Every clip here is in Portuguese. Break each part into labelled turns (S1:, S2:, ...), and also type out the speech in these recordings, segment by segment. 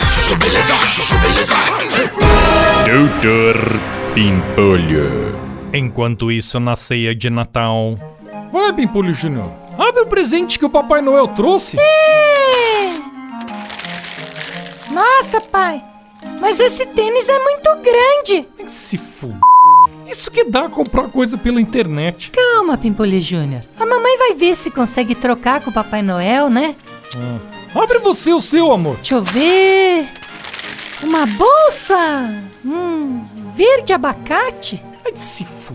S1: Chuchu-beleza, chuchu-beleza.
S2: Doutor Pimpolho.
S3: Enquanto isso, na ceia de Natal. Vai, Pimpolho Júnior. Abre o presente que o Papai Noel trouxe.
S4: Nossa, pai, mas esse tênis é muito grande.
S3: Se f... Isso que dá comprar coisa pela internet.
S5: Calma, Pimpolho Júnior. A mamãe vai ver se consegue trocar com o Papai Noel, né?
S3: Abre você o seu, amor.
S5: Deixa eu ver.
S4: Uma bolsa! Hum, verde abacate?
S3: Ai, se f...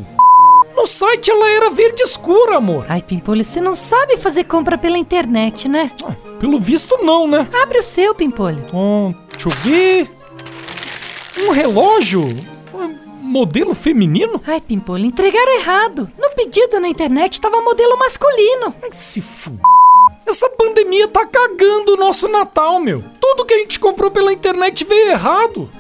S3: No site ela era verde escura, amor.
S5: Ai, Pimpolho, você não sabe.
S4: Sabe fazer compra pela internet, né?
S3: Ah, pelo visto, não, né?
S4: Abre o seu, Pimpolho.
S3: Hum, deixa eu ver. Um relógio? Um modelo feminino?
S4: Ai, Pimpolho, entregaram errado. No pedido na internet estava modelo masculino.
S3: Ai, é se f... Essa pandemia tá cagando o nosso Natal, meu. Tudo que a gente comprou pela internet veio errado.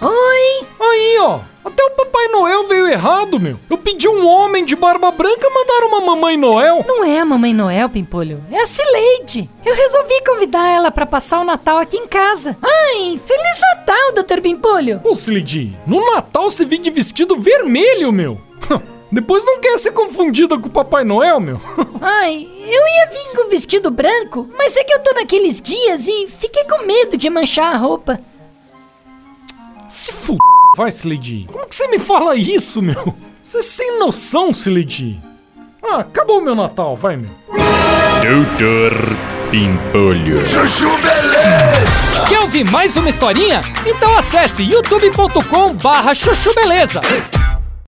S4: Oi!
S3: Aí, ó. Até o Papai Noel veio errado, meu. Eu pedi um homem de barba branca, mandaram uma Mamãe Noel.
S4: Não é a Mamãe Noel, Pimpolho. É a Cileide. Eu resolvi convidar ela pra passar o Natal aqui em casa. Ai, Feliz Natal, Dr. Pimpolho.
S3: Ô, Cileide, no Natal se vi de vestido vermelho, meu. Depois não quer ser confundida com o Papai Noel, meu.
S4: Ai, eu ia vir com vestido branco, mas é que eu tô naqueles dias e fiquei com medo de manchar a roupa.
S3: Se f... Vai, Slade. Como que você me fala isso, meu? Você é sem noção, Slade. Ah, acabou meu Natal, vai, meu.
S2: Doutor Pimpolho.
S1: Chuchu-beleza.
S6: Quer ouvir mais uma historinha? Então acesse youtube.com barra chuchu beleza.